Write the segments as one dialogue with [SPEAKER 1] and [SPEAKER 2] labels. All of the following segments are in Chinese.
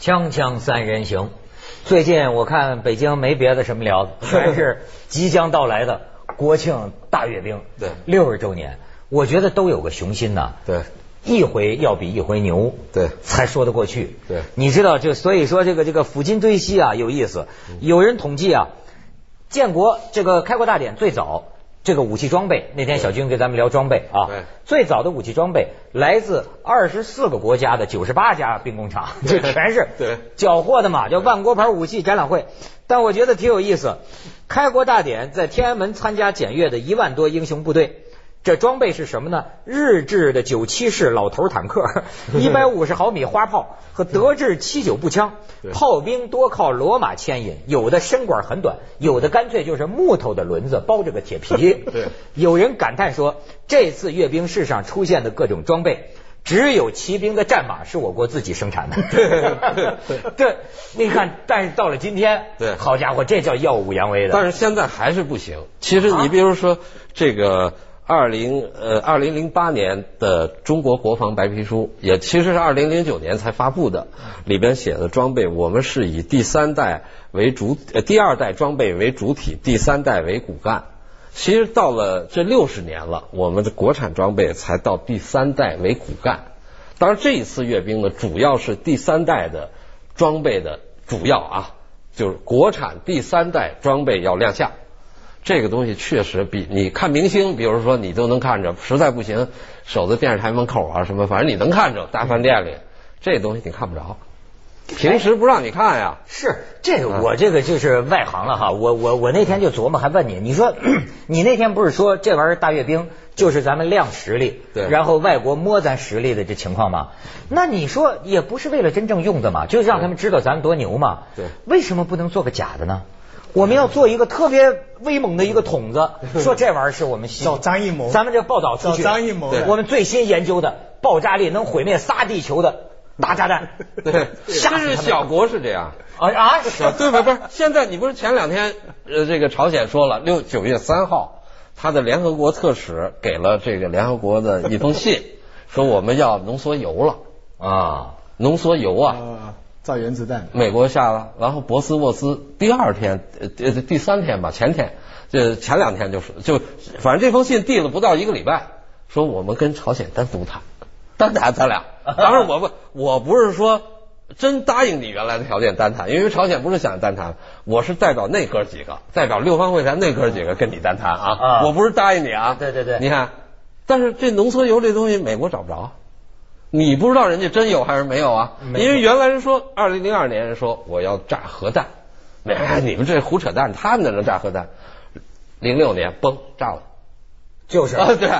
[SPEAKER 1] 锵锵三人行，最近我看北京没别的什么聊的，全是即将到来的国庆大阅兵，
[SPEAKER 2] 对
[SPEAKER 1] 六十周年，我觉得都有个雄心呐、
[SPEAKER 2] 对，
[SPEAKER 1] 一回要比一回牛，
[SPEAKER 2] 对
[SPEAKER 1] 才说得过去。
[SPEAKER 2] 对
[SPEAKER 1] 你知道这，所以说这个这个抚今追昔啊有意思。
[SPEAKER 2] 嗯
[SPEAKER 1] 有人统计啊，建国这个开国大典最早这个武器装备，那天小军给咱们聊装备啊
[SPEAKER 2] 对，
[SPEAKER 1] 最早的武器装备来自二十四个国家的九十八家兵工厂，这
[SPEAKER 2] 对
[SPEAKER 1] 全是
[SPEAKER 2] 对
[SPEAKER 1] 缴获的嘛，叫万国牌武器展览会。但我觉得挺有意思，开国大典在天安门参加检阅的一万多英雄部队，这装备是什么呢？日制的九七式老头坦 克、一百五十毫米花炮和德制七九步枪。
[SPEAKER 2] 对
[SPEAKER 1] 炮兵多靠罗马牵引，有的身管很短，有的干脆就是木头的轮子包着个铁皮。
[SPEAKER 2] 对
[SPEAKER 1] 有人感叹说，这次阅兵式上出现的各种装备。只有骑兵的战马是我国自己生 产的， 对，你看，但是到了今天，
[SPEAKER 2] 对
[SPEAKER 1] 好家伙，这叫耀武扬威的。
[SPEAKER 2] 但是现在还是不行。其实你比如说这个二零呃二零零八年的中国国防白皮书，也其实是二零零九年才发布的，里边写的装备，我们是以第三代为主，呃第二代装备为主体，第三代为骨干。其实到了这六十年了，我们的国产装备才到第三代为骨干。当然，这一次阅兵呢，主要是第三代的装备的主要啊，就是国产第三代装备要亮相。这个东西确实比你看明星，比如说你都能看着，实在不行守在电视台门口啊什么，反正你能看着大饭店里，这东西你看不着，平时不让你看呀。
[SPEAKER 1] 是这个，
[SPEAKER 2] 嗯
[SPEAKER 1] 我这个就是外行了哈。我我我那天就琢磨，还问你，你说 你那天不是说这玩意儿大阅兵就是咱们亮实力，
[SPEAKER 2] 对
[SPEAKER 1] 然后外国摸咱实力的这情况吗？那你说也不是为了真正用的嘛，就是让他们知道咱们多牛嘛。
[SPEAKER 2] 对嗯
[SPEAKER 1] 为什么不能做个假的呢？我们要做一个特别威猛的一个筒 子，说这玩意儿是我们新
[SPEAKER 3] 找张艺谋
[SPEAKER 1] 咱们这报道出去，
[SPEAKER 3] 找张艺谋
[SPEAKER 2] 对
[SPEAKER 1] 我们最新研究的爆炸力能毁灭仨地球的大炸弹，
[SPEAKER 2] 对，
[SPEAKER 1] 吓
[SPEAKER 2] 这
[SPEAKER 1] 死
[SPEAKER 2] 是
[SPEAKER 1] 他们
[SPEAKER 2] 小国是这样。
[SPEAKER 1] 啊啊，
[SPEAKER 2] 啊，对吧？不是，现在你不是前两天呃，这个朝鲜说了，六九月三号，他的联合国特使给了这个联合国的一封信，说我们要浓缩铀了，
[SPEAKER 1] 啊，
[SPEAKER 2] 浓缩铀啊，
[SPEAKER 3] 呃，造原子弹，
[SPEAKER 2] 美国下了，然后博斯沃斯第二天呃呃第三天吧，前天这前两天就是就反正这封信递了不到一个礼拜，说我们跟朝鲜单独谈，单谈咱 俩。当然我不我不是说真答应你原来的条件单谈，因为朝鲜不是想单谈，我是代表那哥几个，代表六方会谈那哥几个跟你单谈啊，
[SPEAKER 1] 啊
[SPEAKER 2] 我不是答应你啊。
[SPEAKER 1] 对对对
[SPEAKER 2] 你看，但是这浓缩铀这东西美国找不着。啊你不知道人家真有还是没有啊？
[SPEAKER 1] 没有
[SPEAKER 2] 因为原来人说，二零零二年人说我要炸核弹，哎，你们这胡扯淡，他们哪能炸核弹？零六年崩炸了
[SPEAKER 1] 就是
[SPEAKER 2] 啊！对，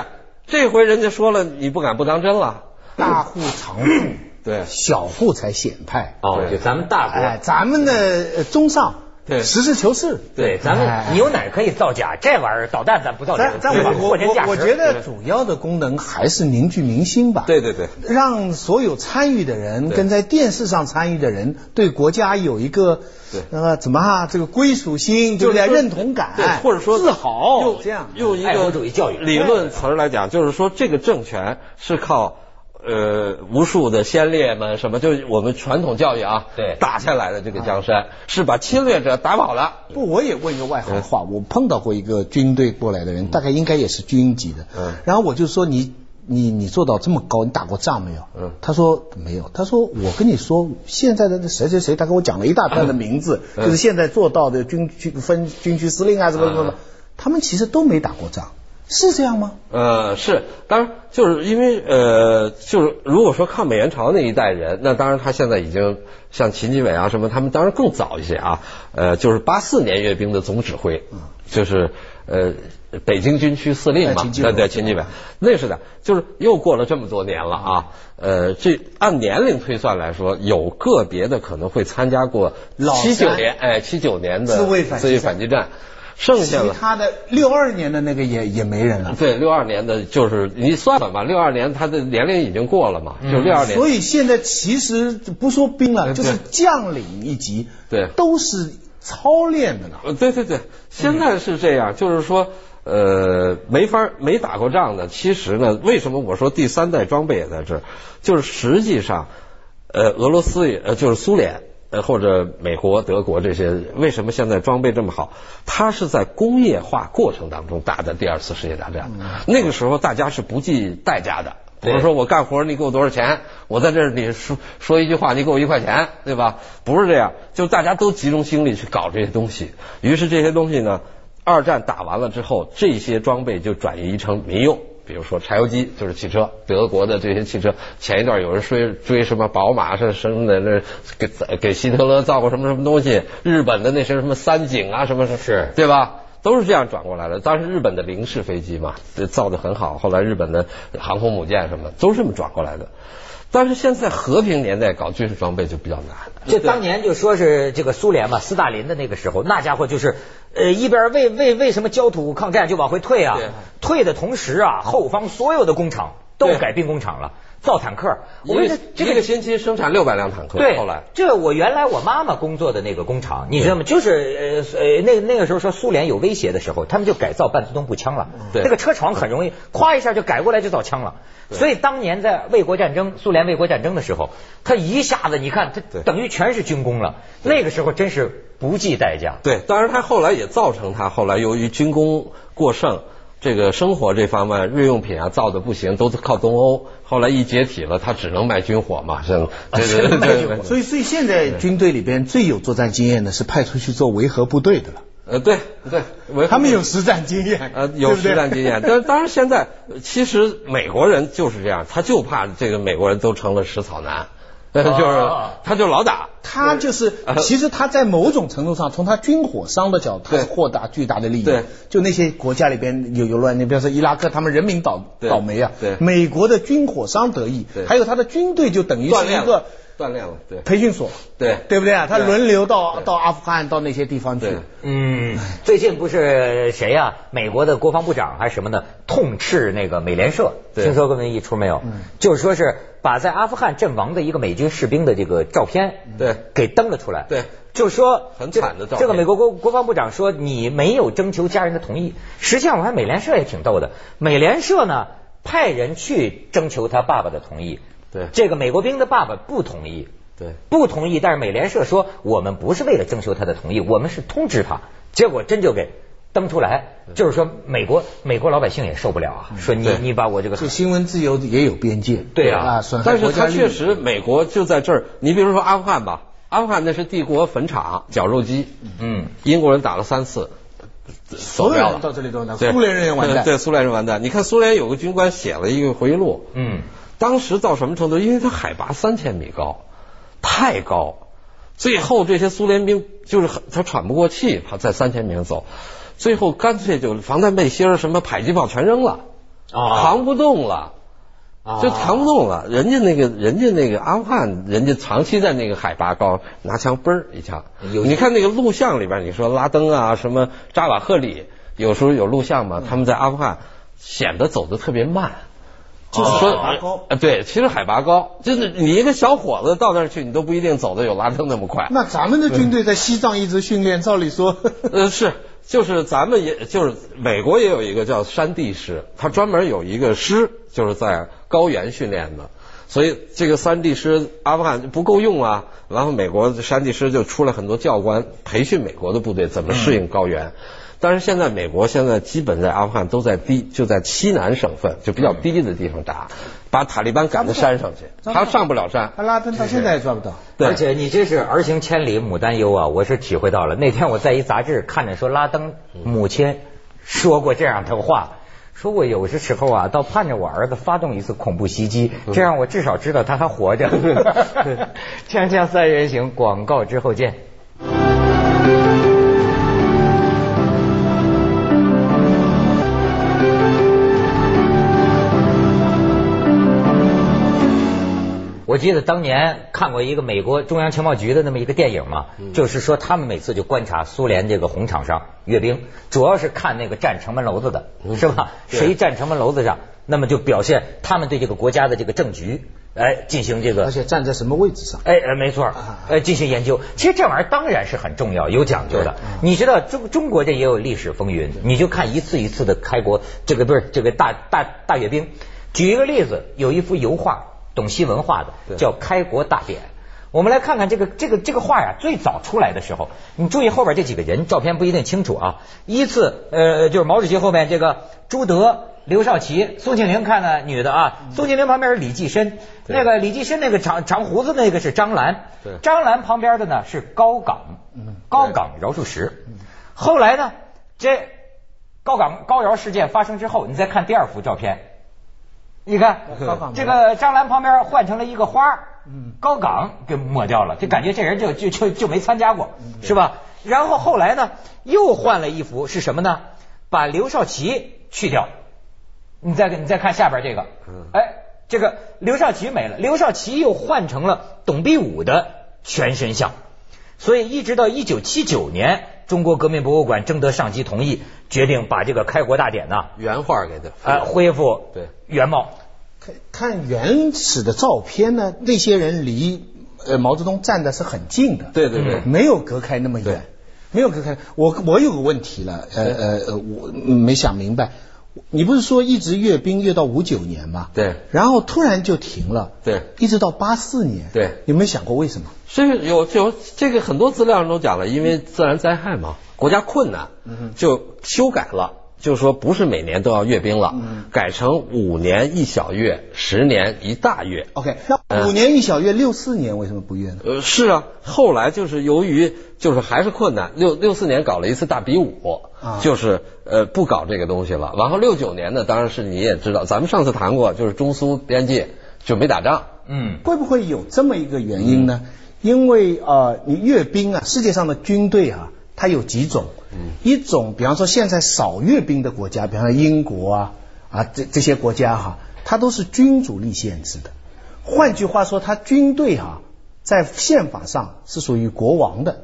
[SPEAKER 2] 这回人家说了，你不敢不当真了。
[SPEAKER 3] 大户藏富，
[SPEAKER 2] 对，
[SPEAKER 3] 小户才显派。
[SPEAKER 2] 啊
[SPEAKER 1] 哦，就咱们大国，
[SPEAKER 3] 哎，咱们的呃中上，
[SPEAKER 2] 对
[SPEAKER 3] 实事求是。
[SPEAKER 1] 对，咱
[SPEAKER 3] 哎
[SPEAKER 1] 们牛奶可以造假，这玩意儿导弹咱不造假，
[SPEAKER 3] 咱咱
[SPEAKER 1] 对吧
[SPEAKER 3] 我我
[SPEAKER 1] 货真价
[SPEAKER 3] 我
[SPEAKER 1] 实
[SPEAKER 3] 我觉得主要的功能还是凝聚民心吧。
[SPEAKER 2] 对对对
[SPEAKER 3] 让所有参与的人
[SPEAKER 2] 对
[SPEAKER 3] 跟在电视上参与的人对国家有一个
[SPEAKER 2] 对
[SPEAKER 3] 呃怎么啊这个归属心，对
[SPEAKER 2] 就
[SPEAKER 3] 不
[SPEAKER 2] 是
[SPEAKER 3] 对？
[SPEAKER 2] 说
[SPEAKER 3] 认同感，哎
[SPEAKER 2] 对，或者说
[SPEAKER 3] 自豪，
[SPEAKER 2] 用
[SPEAKER 3] 这样。
[SPEAKER 2] 用一
[SPEAKER 1] 爱国
[SPEAKER 2] 个
[SPEAKER 1] 主义教育
[SPEAKER 2] 理论词儿来讲，就是说这个政权是靠呃无数的先烈们什么，就是我们传统教育啊，
[SPEAKER 1] 对
[SPEAKER 2] 打下来的这个江山，是把侵略者打跑了。
[SPEAKER 3] 不，我也问一个外
[SPEAKER 2] 嗯
[SPEAKER 3] 行话，我碰到过一个军队过来的人，大概应该也是军级的。
[SPEAKER 2] 嗯
[SPEAKER 3] 然后我就说你你你做到这么高，你打过仗没有？
[SPEAKER 2] 嗯
[SPEAKER 3] 他说没有。他说我跟你说，现在的那谁谁谁，他跟我讲了一大段的名字，
[SPEAKER 2] 嗯
[SPEAKER 3] 就是现在做到的军区分军区司令啊，什么什
[SPEAKER 2] 嗯
[SPEAKER 3] 么什么，他们其实都没打过仗，是这样吗？
[SPEAKER 2] 呃，是，当然就是因为呃，就是如果说抗美援朝那一代人，那当然他现在已经像秦基伟啊什么，他们当然更早一些啊，呃，就是八四年阅兵的总指挥，就是呃北京军区司令
[SPEAKER 3] 哎
[SPEAKER 2] 嘛
[SPEAKER 3] 秦基，
[SPEAKER 2] 对
[SPEAKER 3] 伟
[SPEAKER 2] 对，秦基伟，那是的，就是又过了这么多年了啊，呃，这按年龄推算来说，有个别的可能会参加过
[SPEAKER 3] 老
[SPEAKER 2] 七九
[SPEAKER 3] 三
[SPEAKER 2] 年，哎，七九年的
[SPEAKER 3] 自卫反击
[SPEAKER 2] 自卫反击战，剩
[SPEAKER 3] 其
[SPEAKER 2] 下的
[SPEAKER 3] 他的六二年的那个也也没人了。
[SPEAKER 2] 对，六二年的就是你算算吧，六二年他的年龄已经过了嘛，就六二年。
[SPEAKER 3] 嗯所以现在其实不说兵了，
[SPEAKER 2] 嗯对
[SPEAKER 3] 就是将领一级，
[SPEAKER 2] 对
[SPEAKER 3] 都是操练的了。
[SPEAKER 2] 呃对对对，现在是这样，就是说，呃，没法儿没打过仗的，其实呢，为什么我说第三代装备也在这儿？就是实际上，呃，俄罗斯也呃就是苏联。呃，或者美国、德国这些，为什么现在装备这么好？它是在工业化过程当中打的第二次世界大战，
[SPEAKER 3] 嗯
[SPEAKER 2] 那个时候大家是不计代价的。不是说我干活你给我多少钱，我在这儿你说说一句话你给我一块钱，对吧？不是这样，就大家都集中精力去搞这些东西。于是这些东西呢，二战打完了之后，这些装备就转移成民用。比如说柴油机就是汽车，德国的这些汽车，前一段有人追追什么宝马是什么的，那给给希特勒造过什么什么东西，日本的那些什么三井啊什么什么，
[SPEAKER 1] 是
[SPEAKER 2] 对吧？都是这样转过来的。当时日本的零式飞机嘛，造的很好，后来日本的航空母舰什么的都是这么转过来的。但是现在和平年代搞军事装备就比较难，
[SPEAKER 1] 就当年就说是这个苏联嘛，斯大林的那个时候，那家伙就是，呃，一边为为为什么焦土抗战就往回退啊
[SPEAKER 2] 对？
[SPEAKER 1] 退的同时啊，后方所有的工厂都
[SPEAKER 2] 对
[SPEAKER 1] 改兵工厂了，造坦克。我
[SPEAKER 2] 因
[SPEAKER 1] 跟你
[SPEAKER 2] 为
[SPEAKER 1] 说，这
[SPEAKER 2] 一个
[SPEAKER 1] 个
[SPEAKER 2] 星期生产六百辆坦克，
[SPEAKER 1] 对
[SPEAKER 2] 后来，
[SPEAKER 1] 这我原来我妈妈工作的那个工厂，你知道吗？就是呃呃，那那个时候说苏联有威胁的时候，他们就改造半自动步枪了。
[SPEAKER 2] 对
[SPEAKER 1] 那个车床很容易，咵一下就改过来就造枪了。所以当年在卫国战争，苏联卫国战争的时候，他一下子你看，他
[SPEAKER 2] 对
[SPEAKER 1] 等于全是军工了。那个时候真是不计代价。
[SPEAKER 2] 对，当然它后来也造成它后来由于军工过剩，这个生活这方面日用品啊造的不行，都是靠东欧。后来一解体了，它只能卖军火嘛，是，对对对对对
[SPEAKER 3] 所以，所以现在军队里边最有作战经验的是派出去做维和部队的了，
[SPEAKER 2] 呃，对对，维
[SPEAKER 3] 他们有实战经验，
[SPEAKER 2] 呃，有
[SPEAKER 3] 对不对
[SPEAKER 2] 实战经验，但是当然现在呃其实美国人就是这样，他就怕这个美国人都成了食草男， 呃
[SPEAKER 3] 啊
[SPEAKER 2] 就是 他就老打，
[SPEAKER 3] 他就是，其实他在某种程度上，从他军火商的角度，他
[SPEAKER 2] 呃对
[SPEAKER 3] 是获得巨大的利益。
[SPEAKER 2] 对，
[SPEAKER 3] 就那些国家里边有有乱，你比方说伊拉克，他们人民倒
[SPEAKER 2] 对
[SPEAKER 3] 倒霉啊。
[SPEAKER 2] 对
[SPEAKER 3] 美国的军火商得益
[SPEAKER 2] 对，
[SPEAKER 3] 还有他的军队就等于
[SPEAKER 2] 锻
[SPEAKER 3] 是
[SPEAKER 2] 炼了
[SPEAKER 3] 一个
[SPEAKER 2] 锻炼了，对
[SPEAKER 3] 培训所，
[SPEAKER 2] 对
[SPEAKER 3] 对不对啊？他
[SPEAKER 2] 对
[SPEAKER 3] 轮流到到阿富汗，到那些地方去
[SPEAKER 2] 对。
[SPEAKER 1] 嗯，最近不是谁呀、美国的国防部长还是什么呢？痛斥那个美联社，
[SPEAKER 2] 对嗯
[SPEAKER 1] 听说过那一出没有？就是说是把在阿富汗阵亡的一个美军士兵的这个照片，
[SPEAKER 2] 对
[SPEAKER 1] 给登了出来。
[SPEAKER 2] 对
[SPEAKER 1] 就说
[SPEAKER 2] 很惨的照片
[SPEAKER 1] 这个美国国国防部长说你没有征求家人的同意。实际上，我看美联社也挺逗的，美联社呢派人去征求他爸爸的同意，
[SPEAKER 2] 对
[SPEAKER 1] 这个美国兵的爸爸不同意。
[SPEAKER 2] 对。
[SPEAKER 1] 不同意，但是美联社说我们不是为了征求他的同意，我们是通知他，结果真就给登出来，就是说美国美国老百姓也受不了啊，说你
[SPEAKER 2] 嗯对
[SPEAKER 1] 你把我这个
[SPEAKER 3] 就新闻自由也有边界。
[SPEAKER 1] 对啊
[SPEAKER 3] 损害
[SPEAKER 2] 但是
[SPEAKER 3] 国家
[SPEAKER 2] 它
[SPEAKER 3] 利益
[SPEAKER 2] 确实，美国就在这儿。你比如说阿富汗吧，阿富汗那是帝国坟场，绞肉机，
[SPEAKER 1] 嗯，
[SPEAKER 2] 英国人打了三次，走
[SPEAKER 3] 所有
[SPEAKER 2] 掉
[SPEAKER 3] 人
[SPEAKER 2] 了
[SPEAKER 3] 到这里都完
[SPEAKER 2] 对
[SPEAKER 3] 蛋，啊苏联人也完 蛋。
[SPEAKER 2] 对，苏联人完蛋。你看苏联有个军官写了一个回忆录，
[SPEAKER 1] 嗯，
[SPEAKER 2] 当时到什么程度？因为它海拔三千米高，太高，最后这些苏联兵就是很他喘不过气，他在三千米上走，最后干脆就防弹背心儿、什么迫击炮全扔了，
[SPEAKER 1] 啊，
[SPEAKER 2] 扛不动了。
[SPEAKER 1] 啊
[SPEAKER 2] 就扛不动了。人家那个，人家那个阿富汗，人家长期在那个海拔高，拿枪嘣儿一枪。
[SPEAKER 1] 有
[SPEAKER 2] 你看那个录像里边，你说拉登啊，什么扎瓦赫里，有时候有录像嘛，他们在阿富汗显得走得特别慢。
[SPEAKER 1] 哦
[SPEAKER 3] 就是
[SPEAKER 2] 说
[SPEAKER 3] 海拔高
[SPEAKER 2] 呃对，其实海拔高，就是你一个小伙子到那儿去，你都不一定走得有拉登那么快。
[SPEAKER 3] 那咱们的军队在西藏一直训练，照 理说，
[SPEAKER 2] 呃，是，就是咱们也就是美国也有一个叫山地师，他专门有一个师，就是在高原训练的。所以这个山地师阿富汗不够用啊，然后美国山地师就出了很多教官培训美国的部队怎么
[SPEAKER 3] 嗯
[SPEAKER 2] 适应高原。但是现在美国现在基本在阿富汗都在低，就在西南省份就比较低的地方打，把塔利班赶到山上去，
[SPEAKER 3] 嗯咱们
[SPEAKER 2] 他上不了山。
[SPEAKER 3] 阿拉登到现在也抓不到。
[SPEAKER 2] 对
[SPEAKER 1] 而且你这是儿行千里母担忧啊，我是体会到了。那天我在一杂志看着说，拉登母亲说过这样的话，说我有些时候啊，倒盼着我儿子发动一次恐怖袭击，
[SPEAKER 2] 嗯
[SPEAKER 1] 这样我至少知道他还活 着。 锵锵三人行，广告之后见。我记得当年看过一个美国中央情报局的那么一个电影嘛，就是说他们每次就观察苏联这个红场上阅兵，主要是看那个站城门楼子的，是吧？
[SPEAKER 2] 对
[SPEAKER 1] 谁站城门楼子上，那么就表现他们对这个国家的这个政局，哎，进行这个
[SPEAKER 3] 而。且站在什么位置
[SPEAKER 2] 啊
[SPEAKER 3] 上？
[SPEAKER 1] 哎，呃没错儿，呃，进行研究。其实这玩意儿当然是很重要、有讲究的
[SPEAKER 2] 对。
[SPEAKER 1] 你知道中中国这也有历史风云，你就看一次一次的开国，这个不是这个大大大阅兵。举一个例子，有一幅油画懂西文化的，
[SPEAKER 2] 对
[SPEAKER 1] 叫《开国大典》。我们来看看这个这个这个画呀，最早出来的时候，你注意后边这几个人，照片不一定清楚啊。依次呃，就是毛主席后面这个朱德、刘少奇、宋庆龄看的女的啊，宋庆龄旁边是李济深，
[SPEAKER 2] 对
[SPEAKER 1] 那个李济深那个长长胡子那个是张澜
[SPEAKER 2] 对，
[SPEAKER 1] 张澜旁边的呢是高岗，高岗饶漱石。后来呢，这高岗高饶事件发生之后，你再看第二幅照片，你看
[SPEAKER 3] 高岗
[SPEAKER 1] 这个呃张兰旁边换成了一个花儿
[SPEAKER 3] 嗯
[SPEAKER 1] 高岗给抹掉了，就感觉这人就就就就没参加过，
[SPEAKER 2] 嗯
[SPEAKER 1] 是吧？然后后来呢，又换了一幅是什么呢？把刘少奇去掉，你再你再看下边这个
[SPEAKER 2] 嗯，
[SPEAKER 1] 哎，这个刘少奇没了，刘少奇又换成了董必武的全身像，所以一直到一九七九年，中国革命博物馆征得上级同意，决定把这个开国大典呢，
[SPEAKER 2] 原画给它
[SPEAKER 1] 呃，恢复
[SPEAKER 2] 对
[SPEAKER 1] 原貌。
[SPEAKER 3] 看看原始的照片呢，那些人离呃毛泽东站的是很近的，
[SPEAKER 2] 对对对
[SPEAKER 1] 嗯，
[SPEAKER 3] 没有隔开那么
[SPEAKER 2] 对
[SPEAKER 3] 远，没有隔开。我我有个问题了，呃呃呃，我嗯没想明白，你不是说一直阅兵阅到五九年吗？
[SPEAKER 2] 对
[SPEAKER 3] 然后突然就停了，
[SPEAKER 2] 对
[SPEAKER 3] 一直到八四年，
[SPEAKER 2] 对
[SPEAKER 3] 有没有想过为什么？
[SPEAKER 2] 所以有有这个很多资料上都讲了，因为自然灾害嘛，国家困难，就修改了，就说不是每年都要阅兵了，改成五年一小阅，十年一大阅。
[SPEAKER 3] OK，那五年一小月，六四年为什么不月呢？
[SPEAKER 2] 呃，是啊，后来就是由于就是还是困难，六六四年搞了一次大比武，
[SPEAKER 3] 啊
[SPEAKER 2] 就是呃不搞这个东西了。然后六九年呢，当然是你也知道，咱们上次谈过，就是中苏边界就没打仗，
[SPEAKER 1] 嗯，
[SPEAKER 3] 会不会有这么一个原因呢？因为呃，你阅兵啊，世界上的军队啊，它有几种，
[SPEAKER 2] 嗯
[SPEAKER 3] 一种比方说现在少阅兵的国家，比方说英国啊啊这这些国家哈、它都是君主立宪制的。换句话说，它军队哈、在宪法上是属于国王的，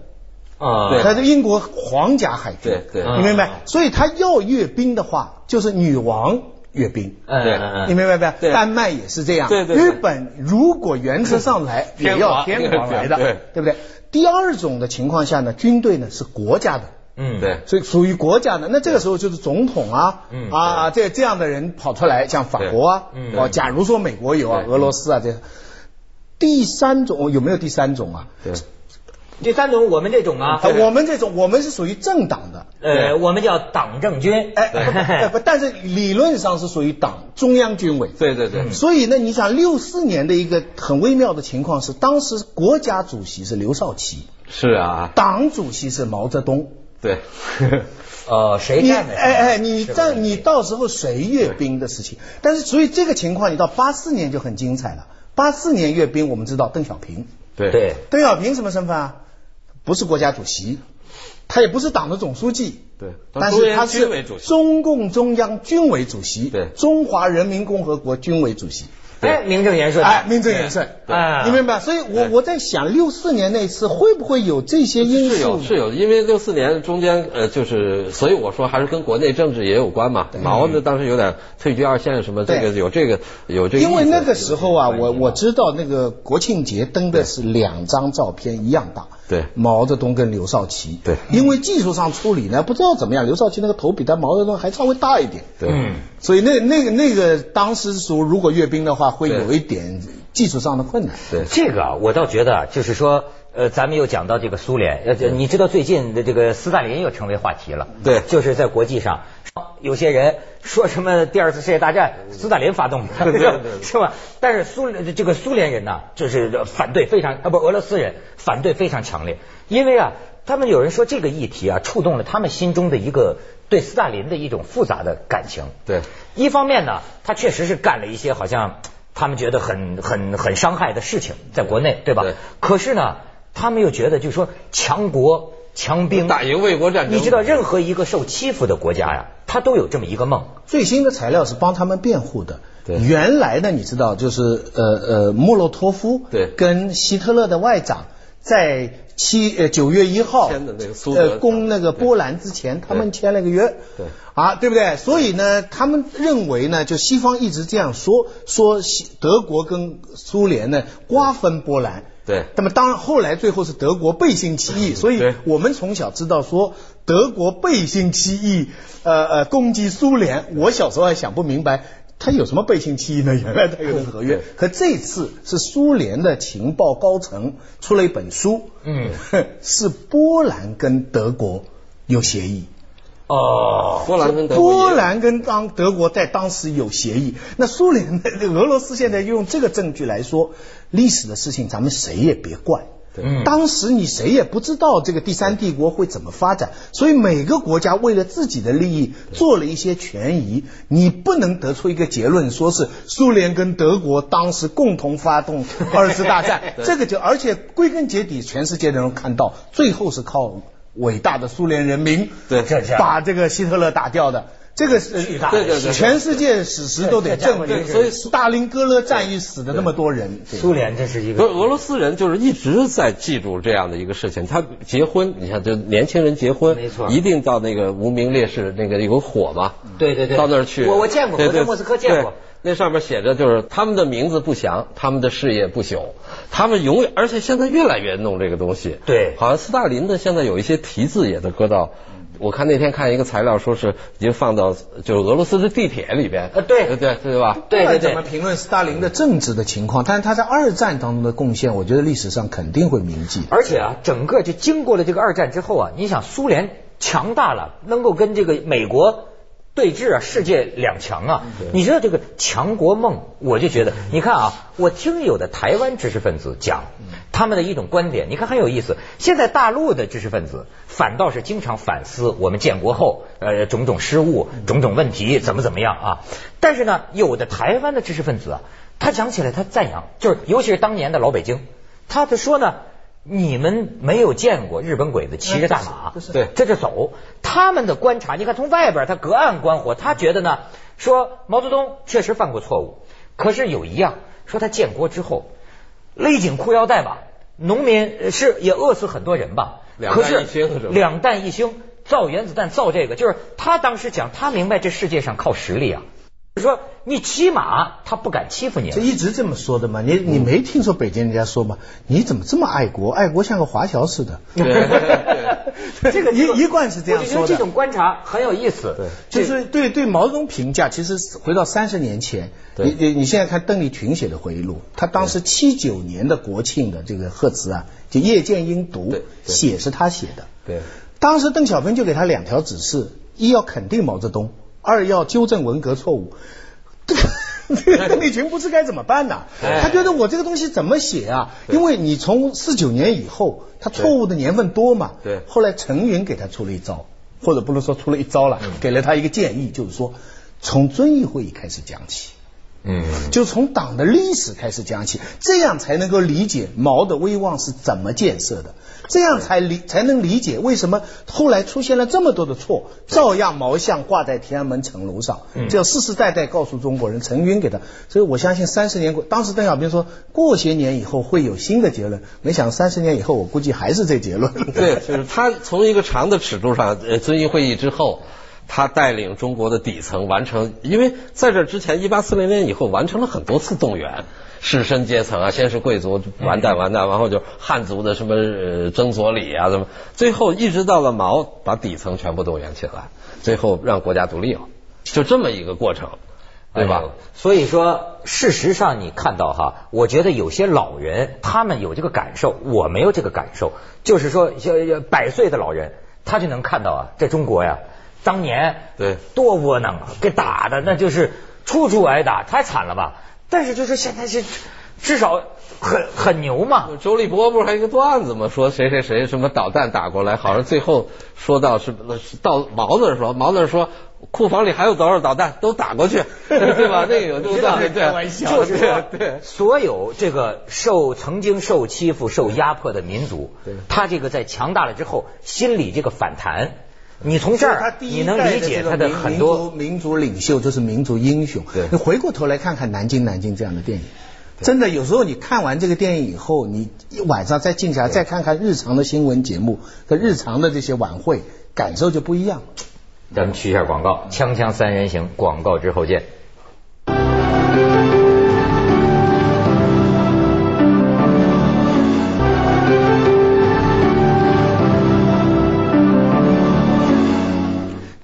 [SPEAKER 1] 啊
[SPEAKER 2] 对
[SPEAKER 3] 它是英国皇家海军，
[SPEAKER 2] 对对啊
[SPEAKER 3] 你明白？所以它要阅兵的话，就是女王阅兵，
[SPEAKER 1] 呃
[SPEAKER 2] 对
[SPEAKER 3] 你明白没有？
[SPEAKER 2] 嗯对
[SPEAKER 3] 丹麦也是这样。
[SPEAKER 2] 对对对
[SPEAKER 3] 日本如果原则上来，也要
[SPEAKER 2] 天皇
[SPEAKER 3] 天皇来的，
[SPEAKER 2] 对
[SPEAKER 3] 不对？第二种的情况下呢，军队呢是国家的，
[SPEAKER 1] 嗯，
[SPEAKER 2] 对
[SPEAKER 3] 所以属于国家的。那这个时候就是总统啊，
[SPEAKER 1] 嗯
[SPEAKER 3] 啊这这样的人跑出来，像法国啊
[SPEAKER 1] 对，嗯
[SPEAKER 3] 哦，假如说美国有啊，
[SPEAKER 2] 对
[SPEAKER 3] 俄罗斯啊这。第三种哦有没有第三种啊？
[SPEAKER 2] 对
[SPEAKER 1] 第三种我们这种啊
[SPEAKER 3] 啊，我们这种我们是属于政党的，
[SPEAKER 1] 呃，我们叫党政军，
[SPEAKER 3] 哎，不不哎不，但是理论上是属于党中央军委。
[SPEAKER 2] 对对对，
[SPEAKER 3] 所以呢，你想六四年的一个很微妙的情况是，当时国家主席是刘少奇，
[SPEAKER 2] 是啊，
[SPEAKER 3] 党主席是毛泽东。
[SPEAKER 2] 对，
[SPEAKER 1] 呃，谁
[SPEAKER 3] 你
[SPEAKER 1] 干的？
[SPEAKER 3] 哎哎，你
[SPEAKER 1] 是吧
[SPEAKER 3] 站你到时候谁阅兵的事情？但是所以这个情况，你到八四年就很精彩了。八四年阅兵，我们知道邓小平，
[SPEAKER 2] 对
[SPEAKER 1] 对，
[SPEAKER 3] 邓小平什么身份啊？不是国家主席，他也不是党的总书记。
[SPEAKER 2] 对
[SPEAKER 3] 但是他
[SPEAKER 2] 中央军委
[SPEAKER 3] 是
[SPEAKER 2] 主席
[SPEAKER 3] 中共中央军委主席，
[SPEAKER 2] 对
[SPEAKER 3] 中华人民共和国军委主席。
[SPEAKER 2] 对
[SPEAKER 1] 哎，名正言顺，
[SPEAKER 3] 哎，名正言顺，
[SPEAKER 1] 对
[SPEAKER 2] 啊
[SPEAKER 1] 哎
[SPEAKER 3] 你明白？所以我我在想，六四年那次会不会有这些因
[SPEAKER 2] 是有
[SPEAKER 3] 素？
[SPEAKER 2] 是有，因为六四年中间呃，就是所以我说还是跟国内政治也有关嘛。毛呢当时有点退居二线什么，这个
[SPEAKER 3] 对
[SPEAKER 2] 有这个有这个意思。
[SPEAKER 3] 因为那个时候啊，
[SPEAKER 2] 有这个
[SPEAKER 3] 我
[SPEAKER 2] 意思
[SPEAKER 3] 我知道那个国庆节登的是两张照片一样大，
[SPEAKER 2] 对
[SPEAKER 3] 毛泽东跟刘少奇，
[SPEAKER 2] 对
[SPEAKER 3] 因为技术上处理呢，不知道怎么样，刘少奇那个头比他毛泽东还稍微大一点，
[SPEAKER 2] 对、
[SPEAKER 1] 嗯
[SPEAKER 3] 所以那那个那个当时说如果阅兵的话，会有一点技术上的困难，
[SPEAKER 2] 对
[SPEAKER 1] 这个啊我倒觉得啊，就是说，呃，咱们又讲到这个苏联，呃，这你知道最近的这个斯大林又成为话题了，
[SPEAKER 2] 对
[SPEAKER 1] 就是在国际上，有些人说什么第二次世界大战斯大林发动的，
[SPEAKER 2] 嗯对对 对
[SPEAKER 1] 是吧？但是苏联这个苏联人呢，就是反对非常啊，不俄罗斯人反对非常强烈，因为啊，他们有人说这个议题啊，触动了他们心中的一个对斯大林的一种复杂的感情，
[SPEAKER 2] 对
[SPEAKER 1] 一方面呢，他确实是干了一些好像他们觉得很很很伤害的事情，在国内，对吧？
[SPEAKER 2] 对
[SPEAKER 1] 可是呢，他们又觉得就是说强国强兵，
[SPEAKER 2] 打赢卫国战争，
[SPEAKER 1] 你知道，任何一个受欺负的国家呀，他都有这么一个梦。
[SPEAKER 3] 最新的材料是帮他们辩护的。
[SPEAKER 2] 对
[SPEAKER 3] 原来呢，你知道，就是呃呃，莫洛托夫
[SPEAKER 2] 对
[SPEAKER 3] 跟希特勒的外长在七呃九月一号
[SPEAKER 2] 签的那个苏德
[SPEAKER 3] 呃攻那个波兰之前，他们签了个约。
[SPEAKER 2] 对
[SPEAKER 3] 啊，对不对？所以呢，他们认为呢，就西方一直这样说，说西德国跟苏联呢瓜分波兰。
[SPEAKER 2] 对
[SPEAKER 3] 那么当然，后来最后是德国背信弃义，所以
[SPEAKER 2] 对
[SPEAKER 3] 我们从小知道说德国背信弃义，呃呃攻击苏联。我小时候还想不明白，他有什么背信弃义呢？ 原来他有的合约，可这次是苏联的情报高层出了一本书，
[SPEAKER 1] 嗯，
[SPEAKER 3] 是波兰跟德国有协议，
[SPEAKER 1] 哦，
[SPEAKER 2] 波兰跟德国一样
[SPEAKER 3] 波兰跟当德国在当时有协议，那苏联、俄罗斯现在用这个证据来说，历史的事情咱们谁也别怪。
[SPEAKER 1] 嗯
[SPEAKER 3] 当时你谁也不知道这个第三帝国会怎么发展，所以每个国家为了自己的利益做了一些权宜。你不能得出一个结论，说是苏联跟德国当时共同 发动二次大战，这个就而且归根结底，全世界的人看到最后是靠伟大的苏联人民
[SPEAKER 2] 对
[SPEAKER 1] 这这
[SPEAKER 3] 把这个希特勒打掉的。这个是
[SPEAKER 1] 巨大的对
[SPEAKER 2] 对对
[SPEAKER 3] 全世界史实都得
[SPEAKER 1] 这这
[SPEAKER 3] 证
[SPEAKER 1] 这
[SPEAKER 3] 明，
[SPEAKER 1] 这
[SPEAKER 3] 所以斯大林格勒战役死的那么多人，对
[SPEAKER 1] 苏联这是一
[SPEAKER 2] 不是
[SPEAKER 1] 个
[SPEAKER 2] 俄罗斯人，就是一直在记住这样的一个事情。他结婚，你看，就年轻人结婚，
[SPEAKER 1] 没错
[SPEAKER 2] 一定到那个无名烈士那个有个火嘛，
[SPEAKER 3] 嗯
[SPEAKER 1] 对对对
[SPEAKER 2] 到那儿去。
[SPEAKER 1] 我我见过
[SPEAKER 2] 对
[SPEAKER 1] 我在
[SPEAKER 2] 对
[SPEAKER 1] 莫斯科见过
[SPEAKER 2] 对那上面写着就是他们的名字不详，他们的事业不朽，他们永远，而且现在越来越弄这个东西。
[SPEAKER 1] 对
[SPEAKER 2] 好像斯大林的现在有一些题字也都搁到。我看那天看一个材料，说是已经放到就是俄罗斯的地铁里边，
[SPEAKER 1] 呃对
[SPEAKER 2] 对对吧？
[SPEAKER 1] 对对
[SPEAKER 3] 不管怎么
[SPEAKER 1] 对，
[SPEAKER 3] 评论斯大林的政治的情况，但是他在二战当中的贡献，我觉得历史上肯定会铭记。
[SPEAKER 1] 而且啊，整个就经过了这个二战之后啊，你想苏联强大了，能够跟这个美国对峙啊，世界两强啊，你知道这个强国梦，我就觉得，你看啊，我听有的台湾知识分子讲他们的一种观点，你看很有意思。现在大陆的知识分子反倒是经常反思我们建国后呃种种失误、种种问题怎么怎么样啊，但是呢，有的台湾的知识分子啊，他讲起来他赞扬，就是尤其是当年的老北京。他就说呢，你们没有见过日本鬼子骑着大马，
[SPEAKER 3] 不是不是
[SPEAKER 1] 对，这就走。他们的观察，你看从外边他隔岸观火，他觉得呢，说毛泽东确实犯过错误，可是有一样，说他建国之后勒紧裤腰带吧，农民呃是也饿死很多人吧，
[SPEAKER 2] 两
[SPEAKER 1] 可
[SPEAKER 2] 弹
[SPEAKER 1] 是
[SPEAKER 2] 一星是吧
[SPEAKER 1] 两弹一星造原子弹造这个，就是他当时讲，他明白这世界上靠实力啊。就是说你骑马，他不敢欺负你
[SPEAKER 3] 这。一直这么说的嘛，你你没听说北京人家说吗？你怎么这么爱国？爱国像个华侨似的。
[SPEAKER 1] 这个
[SPEAKER 3] 一一贯是这样
[SPEAKER 1] 我就觉
[SPEAKER 3] 说
[SPEAKER 1] 得这
[SPEAKER 3] 的。
[SPEAKER 1] 种观察很有意思。
[SPEAKER 3] 就
[SPEAKER 1] 这
[SPEAKER 3] 是对对毛泽东评价，其实回到三十年前，你你你现在看邓丽群写的回忆录，他当时七九年的国庆的这个贺词啊，就夜见英读
[SPEAKER 2] 对，对
[SPEAKER 3] 写是他写的。
[SPEAKER 2] 对，
[SPEAKER 3] 当时邓小平就给他两条指示：一要肯定毛泽东，二要纠正文革错误。这个这个 邓丽群不知该怎么办呐、
[SPEAKER 2] 哎
[SPEAKER 3] 他觉得我这个东西怎么写啊？因为你从四九年以后，他错误的年份多嘛。
[SPEAKER 2] 对
[SPEAKER 3] 后来陈云给他出了一招，或者不能说出了一招
[SPEAKER 2] 嗯
[SPEAKER 3] 了，给了他一个建议，就是说从遵义会议开始讲起。
[SPEAKER 2] 嗯，
[SPEAKER 3] 就从党的历史开始讲起，这样才能够理解毛的威望是怎么建设的，这样才理才能理解为什么后来出现了这么多的错，照样毛像挂在天安门城楼上，这要世世代代告诉中国人，陈云给的，所以我相信三十年过，当时邓小平说过些年以后会有新的结论，没想三十年以后我估计还是这结论，
[SPEAKER 2] 对，就是他从一个长的尺度上，呃，遵义会议之后，他带领中国的底层完成，因为在这之前，一八四零年以后完成了很多次动员，士绅阶层啊，先是贵族完蛋完蛋，然后就汉族的什么呃曾左李啊什么，最后一直到了毛，把底层全部动员起来，最后让国家独立了，就这么一个过程，对吧？
[SPEAKER 1] 哎呦所以说，事实上你看到哈，我觉得有些老人他们有这个感受，我没有这个感受。就是说，像百岁的老人，他就能看到啊，在中国呀，当年
[SPEAKER 2] 对
[SPEAKER 1] 多窝囊啊，给打的那就是处处挨打，太惨了吧？但是就是现在是至少很很牛嘛，
[SPEAKER 2] 啊周立波不是还有一个段子吗？说谁谁谁什么导弹打过来，好像最后说到是到毛那儿说，毛那儿说库房里还有多少导弹，都打过去，对 吧？那个 有这个段子，对，
[SPEAKER 1] 就是说，
[SPEAKER 2] 对对。
[SPEAKER 1] 所有这个受曾经受欺负、受压迫的民族，他这个在强大了之后，心理这个反弹，你从这
[SPEAKER 3] 他
[SPEAKER 1] 儿
[SPEAKER 3] 第
[SPEAKER 1] 你
[SPEAKER 3] 一
[SPEAKER 1] 能
[SPEAKER 3] 代
[SPEAKER 1] 理解
[SPEAKER 3] 这个
[SPEAKER 1] 他的
[SPEAKER 3] 民
[SPEAKER 1] 很多。
[SPEAKER 3] 民族民族领袖就是民族英雄。
[SPEAKER 2] 对
[SPEAKER 3] 你回过头来看看《南京南京》这样的电影。真的，有时候你看完这个电影以后，你一晚上再静下来再看看日常的新闻节目和日常的这些晚会，感受就不一样了。
[SPEAKER 1] 咱们去一下广告，《锵锵三人行》广告之后见。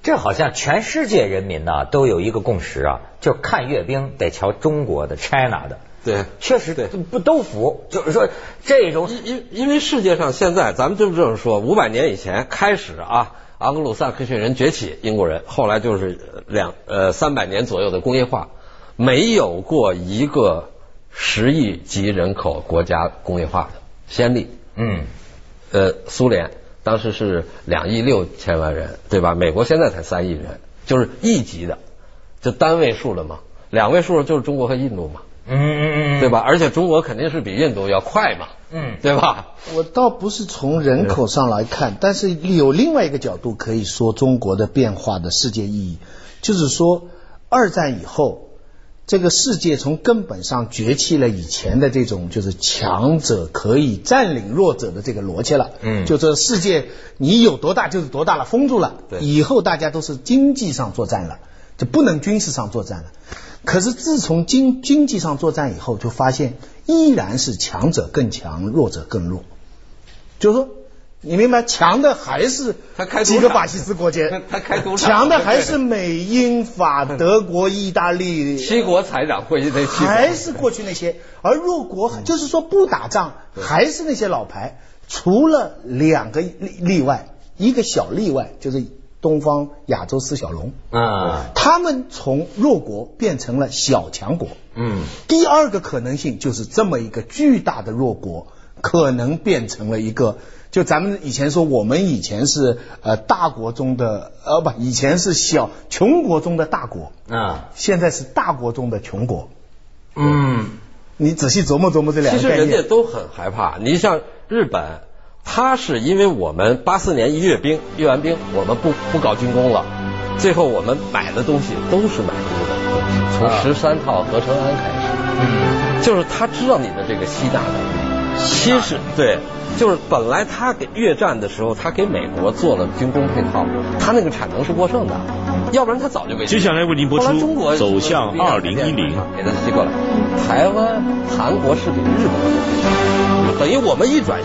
[SPEAKER 1] 这好像全世界人民呐都有一个共识啊，就看阅兵得瞧中国的 China 的，
[SPEAKER 2] 对。
[SPEAKER 1] 确实
[SPEAKER 2] 对
[SPEAKER 1] 不都服，就是说这种
[SPEAKER 2] 因因因为世界上现在，咱们就这么说，五百年以前开始啊，盎格鲁撒克逊人崛起，英国人后来就是呃两呃三百年左右的工业化，没有过一个十亿级人口国家工业化的先例。
[SPEAKER 1] 嗯
[SPEAKER 2] 呃，苏联当时是两亿六千万人，对吧？美国现在才三亿人，就是亿级的，就单位数了嘛。两位数就是中国和印度嘛，
[SPEAKER 1] 嗯嗯嗯，
[SPEAKER 2] 对？吧？而且中国肯定是比印度要快嘛，
[SPEAKER 1] 嗯
[SPEAKER 2] 对吧？
[SPEAKER 3] 我倒不是从人口上来看，但是有另外一个角度可以说中国的变化的世界意义，就是说二战以后，这个世界从根本上崛起了以前的这种就是强者可以占领弱者的这个逻辑了。
[SPEAKER 1] 嗯
[SPEAKER 3] 就这世界你有多大就是多大了，封住了。
[SPEAKER 2] 对
[SPEAKER 3] 以后大家都是经济上作战了，就不能军事上作战了。可是自从经经济上作战以后，就发现依然是强者更强，弱者更弱。就是说，你明白，强的还是
[SPEAKER 2] 他开赌场
[SPEAKER 3] 几个法西斯国家，
[SPEAKER 2] 他他开赌场
[SPEAKER 3] 强的还是美、英、法、德国、意大利，
[SPEAKER 2] 七国财长会议那七国
[SPEAKER 3] 还是过去那些，而弱国
[SPEAKER 2] 嗯
[SPEAKER 3] 就是说不打仗，还是那些老牌，除了两个例例外，一个小例外就是东方亚洲四小龙，
[SPEAKER 1] 啊
[SPEAKER 3] 他们从弱国变成了小强国。
[SPEAKER 1] 嗯
[SPEAKER 3] 第二个可能性就是这么一个巨大的弱国，可能变成了一个，就咱们以前说，我们以前是呃大国中的呃不，以前是小穷国中的大国，
[SPEAKER 2] 嗯
[SPEAKER 1] 啊
[SPEAKER 3] 现在是大国中的穷国。
[SPEAKER 1] 嗯
[SPEAKER 3] 你仔细琢磨琢磨这两
[SPEAKER 2] 其实
[SPEAKER 3] 个概
[SPEAKER 2] 人家
[SPEAKER 3] 念。
[SPEAKER 2] 都很害怕。你像日本，他是因为我们八四年一阅兵，阅完兵我们不不搞军工了，最后我们买的东西都是买日本的东西，从
[SPEAKER 1] 啊
[SPEAKER 2] 十三套合成氨开
[SPEAKER 1] 嗯
[SPEAKER 2] 始，就是他知道你的这个吸纳能力。其实对，就是本来他给越战的时候，他给美国做了军工配套，他那个产能是过剩的，要不然他早就给。
[SPEAKER 4] 接下来为您播出
[SPEAKER 2] 后来中国
[SPEAKER 4] 走向2010
[SPEAKER 2] 给它吸过来，台湾、韩国是比日本更多，等于我们一转。